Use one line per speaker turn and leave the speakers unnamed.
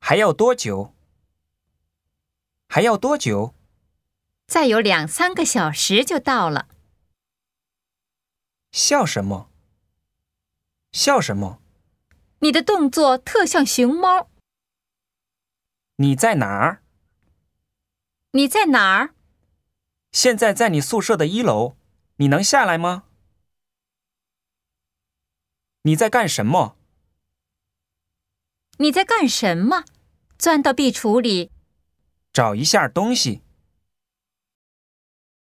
还要多久？还要多久？
再有两三个小时就到了。
笑什么？笑什么？
你的动作特像熊猫。
你在哪儿？
你在哪儿？
现在在你宿舍的一楼，你能下来吗？你在干什么？
你在干什么？钻到壁橱里，
找一下东西。